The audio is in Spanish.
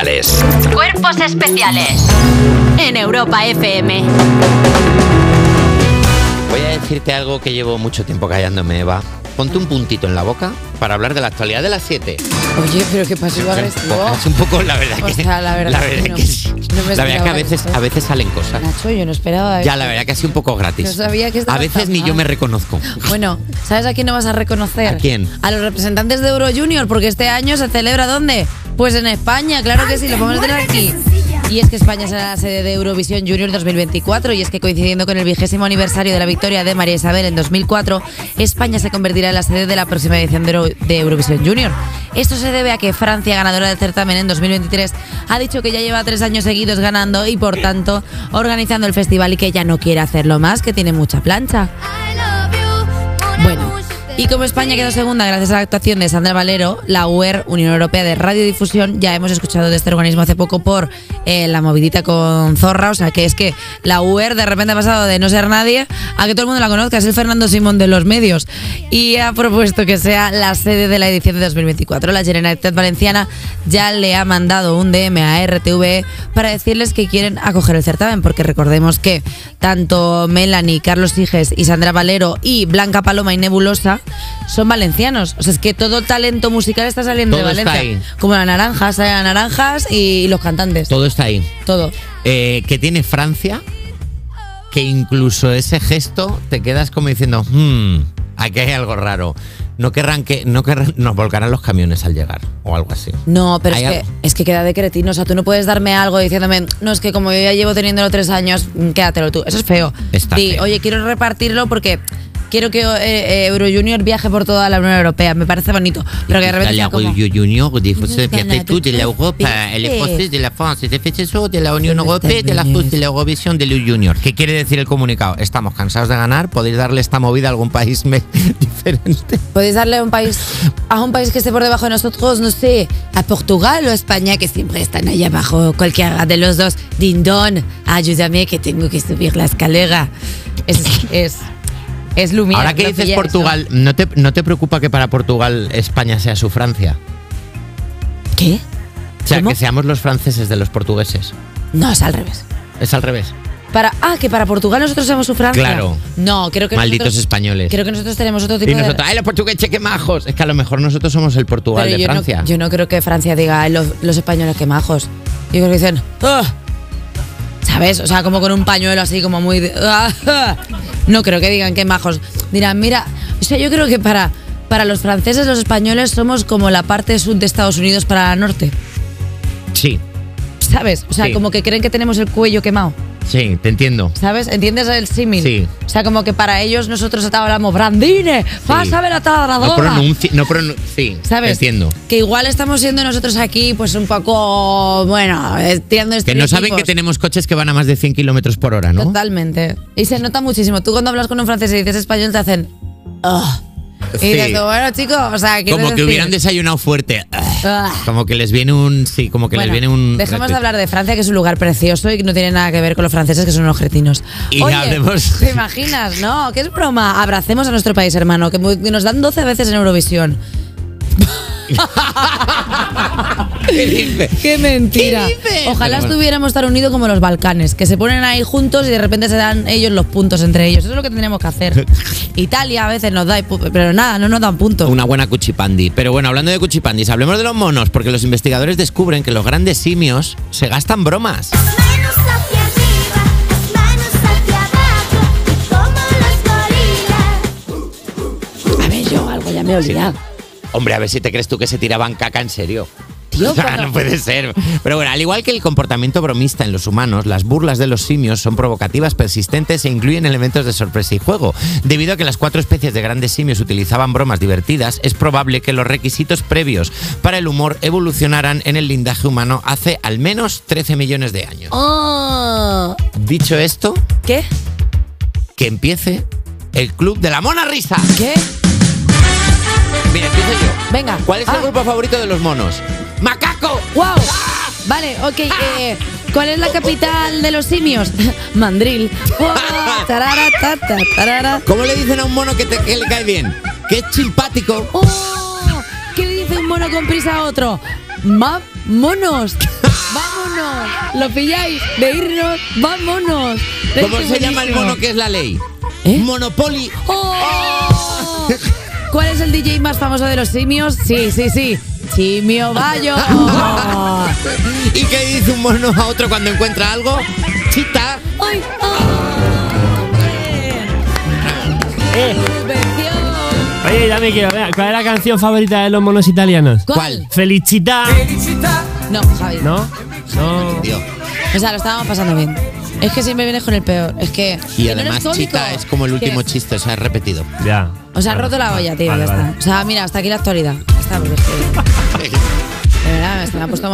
Especiales. Cuerpos especiales en Europa FM. Voy a decirte algo que llevo mucho tiempo callándome, Eva. Ponte un puntito en la boca para hablar de la actualidad de las 7. Oye, pero qué pasivo agresivo. Es un poco la verdad O que. sea, la verdad que no. que sí. No me La verdad que a esperaba veces, esto. a veces salen cosas. Nacho, yo no esperaba. Ya, esto. la verdad que ha sido un poco gratis. No sabía que estaba A veces tan ni yo mal. me reconozco. Bueno, ¿sabes a quién no vas a reconocer? ¿A quién? A los representantes de Euro Junior, porque este año se celebra ¿dónde? Pues en España, claro que sí, lo podemos tener aquí. Y es que España será la sede de Eurovisión Junior 2024 y es que coincidiendo con el vigésimo aniversario de la victoria de María Isabel en 2004, España se convertirá en la sede de la próxima edición de, Euro- de Eurovisión Junior. Esto se debe a que Francia, ganadora del certamen en 2023, ha dicho que ya lleva tres años seguidos ganando y por tanto organizando el festival y que ya no quiere hacerlo más, que tiene mucha plancha. Bueno, y como España quedó segunda gracias a la actuación de Sandra Valero, la UER, Unión Europea de Radiodifusión, ya hemos escuchado de este organismo hace poco por eh, la movidita con Zorra, o sea que es que la UER de repente ha pasado de no ser nadie a que todo el mundo la conozca, es el Fernando Simón de los medios, y ha propuesto que sea la sede de la edición de 2024. La Generalitat Valenciana ya le ha mandado un DM a RTV para decirles que quieren acoger el certamen, porque recordemos que tanto Melanie, Carlos Siges y Sandra Valero y Blanca Paloma y Nebulosa son valencianos. O sea, es que todo talento musical está saliendo Todo de está Valencia. ahí. Como las naranjas, salen las naranjas y los cantantes. Todo está ahí. Todo. Eh, que tiene Francia, que incluso ese gesto te quedas como diciendo, "Hmm, aquí hay algo raro. No querrán que, no querrán, nos volcarán los camiones al llegar o algo así. No, pero es Hay que, algo. es que queda de cretino. O sea, tú no puedes darme algo diciéndome, no, es que como yo ya llevo teniéndolo tres años, mm, quédatelo tú. Eso es feo. Está Di, feo. oye, quiero repartirlo porque quiero que eh, eh, Euro Junior viaje por toda la Unión Europea. Me parece bonito. Pero que de repente. sea como- de l'Europa, el procés de la France, de FSO, de la Unión ¿Dónde está Europea, de la Núñez? FUS, de la Eurovisión, de Luz Junior. ¿Qué quiere decir el comunicado? Estamos cansados de ganar, podéis darle esta movida a algún país me- diferente. Podéis darle a un país a un país que esté por debajo de nosotros, no sé, a Portugal o a España, que siempre están ahí abajo, cualquiera de los dos. Dindón, ayúdame que tengo que subir la escalera. Es, es, es Lumière, Ahora que lo dices pilláis, ¿no? Portugal, ¿no te, ¿no te preocupa que para Portugal España sea su Francia? ¿Qué? O sea, ¿Cómo? que seamos los franceses de los portugueses. No, es al revés. Es al revés. Para, ah, que para Portugal nosotros somos su Francia. Claro. No, creo que Malditos nosotros- españoles. Creo que nosotros tenemos otro tipo Y de. nosotros, ¡ay, los portugueses, qué majos! Es que a lo mejor nosotros somos el Portugal Pero de yo, Francia. No, yo no creo que Francia diga "Ay, los, los españoles que majos. Yo creo que dicen. "Ah". ¿Sabes? O sea, como con un pañuelo así, como muy. de, "Ah, ah". No creo que digan que majos. Dirán, mira. O sea, yo creo que para, para los franceses, los españoles somos como la parte sur de Estados Unidos para la norte. Sí, ¿Sabes? O sea, Sí. como que creen que tenemos el cuello quemado. sí, te entiendo. ¿Sabes? ¿Entiendes el símil? Sí. O sea, como que para ellos nosotros hablamos Brandine, pásame la No tabladora. pronuncio, no pronuncio, sí, ¿Sabes? entiendo. Que igual estamos siendo nosotros aquí, pues un poco. Bueno, entiendo este Que no saben que estereotipos. tenemos coches que van a más de 100 kilómetros por hora, ¿no? Totalmente. Y se nota muchísimo. Tú cuando hablas con un francés y dices español te hacen. "Ugh". Sí. Y dices, tú, bueno, chicos, o sea, quiero Como que decir- hubieran desayunado fuerte. Ah. Como que les viene un. Sí, como que les Bueno, viene un. Dejemos de hablar de Francia, que es un lugar precioso y que no tiene nada que ver con los franceses, que son unos cretinos. Y hablemos- ¿Te imaginas? No, que es broma. Abracemos a nuestro país, hermano, que mu- que nos dan 12 veces en Eurovisión. ¿Qué dice? ¡Qué mentira! Ojalá Pero bueno. estuviéramos tan unidos como los Balcanes, que se ponen ahí juntos y de repente se dan ellos los puntos entre ellos. Eso es lo que tendríamos que hacer. Italia a veces nos da, y pu- pero nada, no nos dan puntos. Una buena cuchipandi. Pero bueno, hablando de cuchipandis, hablemos de los monos, porque los investigadores descubren que los grandes simios se gastan bromas. Manos hacia arriba, las manos hacia abajo, y como los gorilas. A ver, yo algo ya me he olvidado. Hombre, a ver si te crees tú que se tiraban caca en serio. Tío, O sea, cuando- no puede ser. Pero bueno, al igual que el comportamiento bromista en los humanos, las burlas de los simios son provocativas, persistentes e incluyen elementos de sorpresa y juego. Debido a que las cuatro especies de grandes simios utilizaban bromas divertidas, es probable que los requisitos previos para el humor evolucionaran en el lindaje humano hace al menos 13 millones de años. Oh, Dicho esto, ¿Qué? que empiece el Club de la Mona Risa. ¿Qué? Mira, empiezo yo. Venga. ¿Cuál es Ah. el grupo favorito de los monos? ¡Macaco! ¡Wow! Vale, ok. eh, ¿Cuál es la capital de los simios? Mandril. Wow. Tarara, ta, ta, tarara. ¿Cómo le dicen a un mono que, te- que le cae bien? Que es simpático. ¡Oh! ¿Qué le dice un mono con prisa a otro? Ma- monos. Vámonos. ¿Lo pilláis? De irnos, vámonos. ¿Cómo Es que se llama el buenísimo. mono que es la ley? ¿Eh? Monopoly. ¡Oh! ¿Cuál es el DJ más famoso de los simios? Sí, sí, sí. Simio Bayo. ¿Y qué dice un mono a otro cuando encuentra algo? Chita. ¡Ay! Eh. ¡Hombre! Subvención. Oye, ya me quiero. ver, ¿Cuál es la canción favorita de los monos italianos? ¿Cuál? Felicità. No, Javi. ¿No? No. Tío. O sea, lo estábamos pasando bien. Es que siempre vienes con el peor. Es que. Y que no además eres cómico. Chita es como el último Que- chiste, o sea, es repetido. Ya. O sea, has Vale, roto la olla, tío. vale, ya vale. está. O sea, mira, hasta aquí la actualidad. Ya está, porque es que- pues, De verdad, me, me ha puesto